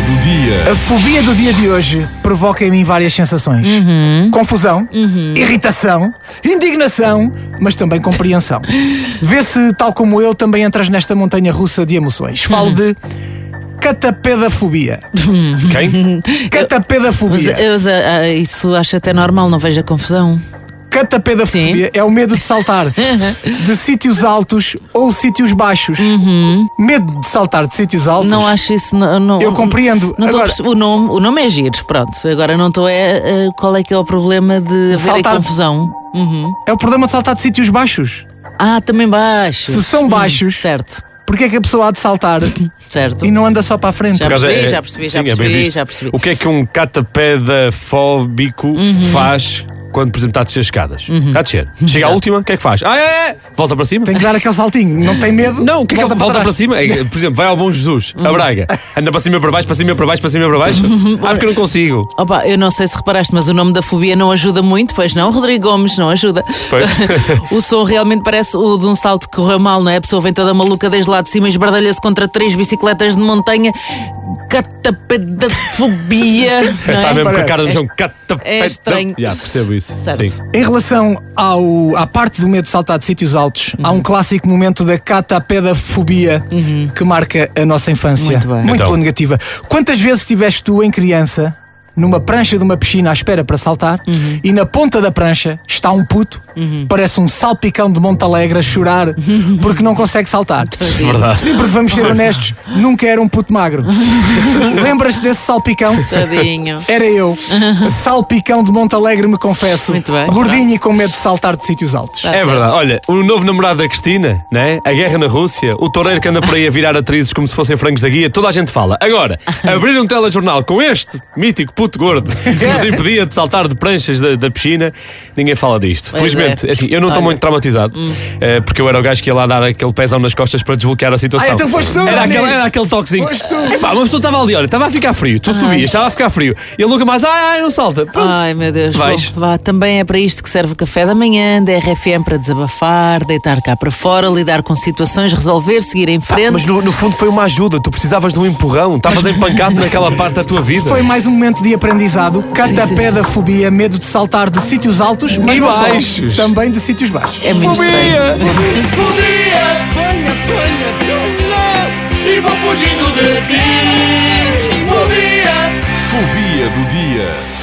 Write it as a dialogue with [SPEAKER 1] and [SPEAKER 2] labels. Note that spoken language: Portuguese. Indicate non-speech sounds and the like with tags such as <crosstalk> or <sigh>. [SPEAKER 1] A fobia do dia de hoje provoca em mim várias sensações:
[SPEAKER 2] Uhum.
[SPEAKER 1] confusão, irritação, indignação, mas também
[SPEAKER 2] <laughs>
[SPEAKER 1] compreensão. Vê se, tal como eu, também entras nesta montanha russa de emoções.
[SPEAKER 2] Uhum.
[SPEAKER 1] Falo de catapedafobia.
[SPEAKER 3] Quem?
[SPEAKER 2] <laughs>
[SPEAKER 1] Catapedafobia.
[SPEAKER 2] Mas eu, ah, ah, isso acho até normal, não vejo a confusão.
[SPEAKER 1] Catapedafobia é o medo de
[SPEAKER 2] <laughs>
[SPEAKER 1] saltar
[SPEAKER 2] Uhum.
[SPEAKER 1] de sítios altos ou sítios baixos. Medo de saltar de sítios altos.
[SPEAKER 2] Uhum. Não acho isso. Não, não-
[SPEAKER 1] Eu compreendo.
[SPEAKER 2] Não estou a
[SPEAKER 1] Agora-
[SPEAKER 2] perce- o, nome, o nome é giro, pronto. Agora não estou. É, ah, qual é que é o problema de haver aí
[SPEAKER 1] Saltar-
[SPEAKER 2] confusão? Uhum.
[SPEAKER 1] É o problema de saltar de sítios baixos.
[SPEAKER 2] Ah, também baixos.
[SPEAKER 1] Se são
[SPEAKER 2] Hum,
[SPEAKER 1] baixos,
[SPEAKER 2] certo,
[SPEAKER 1] porque é que a pessoa há de saltar
[SPEAKER 2] certo.
[SPEAKER 1] e não anda só para a frente?
[SPEAKER 2] Já percebi,
[SPEAKER 3] Caso é-
[SPEAKER 2] já percebi,
[SPEAKER 3] sim,
[SPEAKER 2] já
[SPEAKER 3] é bem
[SPEAKER 2] percebi,
[SPEAKER 3] visto.
[SPEAKER 2] já percebi. Uhum.
[SPEAKER 3] O que é que um catapedafóbico faz quando, por exemplo, está a descer as escadas? Está a descer. Chega
[SPEAKER 2] Uhum.
[SPEAKER 3] à última, o que é que faz? Ah, é, é. Volta para cima.
[SPEAKER 1] Tem que dar aquele saltinho, não tem medo?
[SPEAKER 3] Não, o que é que ele
[SPEAKER 1] Volta
[SPEAKER 3] volta para
[SPEAKER 1] trás.
[SPEAKER 3] cima? <laughs> É, Por exemplo, vai ao Bom Jesus, a Braga. Anda para cima, para baixo, para cima, para baixo, para cima, para
[SPEAKER 2] <laughs>
[SPEAKER 3] baixo. Ah, porque eu não consigo.
[SPEAKER 2] Opa, eu não sei se reparaste, mas o nome da fobia não ajuda muito, pois não? Rodrigo Gomes não ajuda.
[SPEAKER 3] Pois.
[SPEAKER 2] <laughs> o som realmente parece o de um salto que correu mal, não é? A pessoa vem toda maluca desde lá de cima e esbardalha-se contra três bicicletas de montanha. Catapedafobia. não
[SPEAKER 3] Está
[SPEAKER 2] é?
[SPEAKER 3] mesmo com a
[SPEAKER 1] Parece.
[SPEAKER 3] cara no
[SPEAKER 2] É
[SPEAKER 3] chão. Catapedaf-
[SPEAKER 2] é estranho.
[SPEAKER 3] Já, percebo isso.
[SPEAKER 2] Certo.
[SPEAKER 3] Sim.
[SPEAKER 1] Em relação ao, à parte do medo de saltar de sítios altos, há um clássico momento da catapedafobia
[SPEAKER 3] Uhum.
[SPEAKER 1] que marca a nossa infância.
[SPEAKER 2] Muito bem.
[SPEAKER 1] Muito
[SPEAKER 3] Então.
[SPEAKER 1] pela negativa. Quantas vezes estiveste tu em criança numa prancha de uma piscina à espera para saltar
[SPEAKER 3] Uhum.
[SPEAKER 1] e na ponta da prancha está um puto, parece um salpicão de Monte Alegre a chorar porque não consegue saltar.
[SPEAKER 3] <laughs> Verdade.
[SPEAKER 1] Sim, porque vamos ser honestos, nunca era um puto
[SPEAKER 3] <laughs>
[SPEAKER 1] magro. Lembras-te desse salpicão?
[SPEAKER 2] Tadinho.
[SPEAKER 1] Era eu, salpicão de Monte Alegre, me confesso.
[SPEAKER 2] Muito bem.
[SPEAKER 1] Gordinho e com medo de saltar de sítios altos.
[SPEAKER 2] Tá
[SPEAKER 3] É
[SPEAKER 2] certo.
[SPEAKER 3] verdade. Olha, o novo namorado da Cristina, né? a guerra na Rússia, o toureiro que anda por aí a virar atrizes como se fossem frangos da guia, toda a gente fala.
[SPEAKER 2] <laughs>
[SPEAKER 3] Agora, abrir um telejornal com este mítico puto gordo que
[SPEAKER 2] <laughs>
[SPEAKER 3] nos impedia de saltar de pranchas da, da piscina, ninguém fala disto.
[SPEAKER 2] Pois
[SPEAKER 3] Felizmente,
[SPEAKER 2] é.
[SPEAKER 3] assim, eu não estou
[SPEAKER 2] Olha. Hum.
[SPEAKER 3] muito traumatizado, eh, porque eu era o gajo que ia lá dar aquele pezão nas costas para desbloquear a situação.
[SPEAKER 1] Ah, então foste tu,
[SPEAKER 3] era,
[SPEAKER 1] Dani.
[SPEAKER 3] aquele, era aquele toquezinho.
[SPEAKER 1] Foste tu.
[SPEAKER 3] Epá, uma pessoa estava ali, olha, estava a ficar frio, tu subias, estava a ficar frio, e a Luca mais, ai, ai, não salta. <laughs> Pronto.
[SPEAKER 2] Ai meu Deus,
[SPEAKER 3] Vais.
[SPEAKER 2] Bom, vá, também é para isto que serve o café da manhã, da RFM para desabafar, deitar cá para fora, lidar com situações, resolver, seguir em
[SPEAKER 3] Pá,
[SPEAKER 2] frente.
[SPEAKER 3] Ah, Mas no, no fundo foi uma ajuda, tu precisavas de um empurrão, estavas empancado naquela parte da tua vida.
[SPEAKER 1] Foi mais um momento de aprendizado. Catapedafobia, medo de saltar de sítios altos, mas
[SPEAKER 3] E
[SPEAKER 1] não só.
[SPEAKER 3] baixos.
[SPEAKER 1] também de sítios baixos.
[SPEAKER 2] É muito estranho.
[SPEAKER 4] Ponha, ponha, ponha
[SPEAKER 5] e vou fugindo de ti. Fobia.
[SPEAKER 6] Fobia do dia.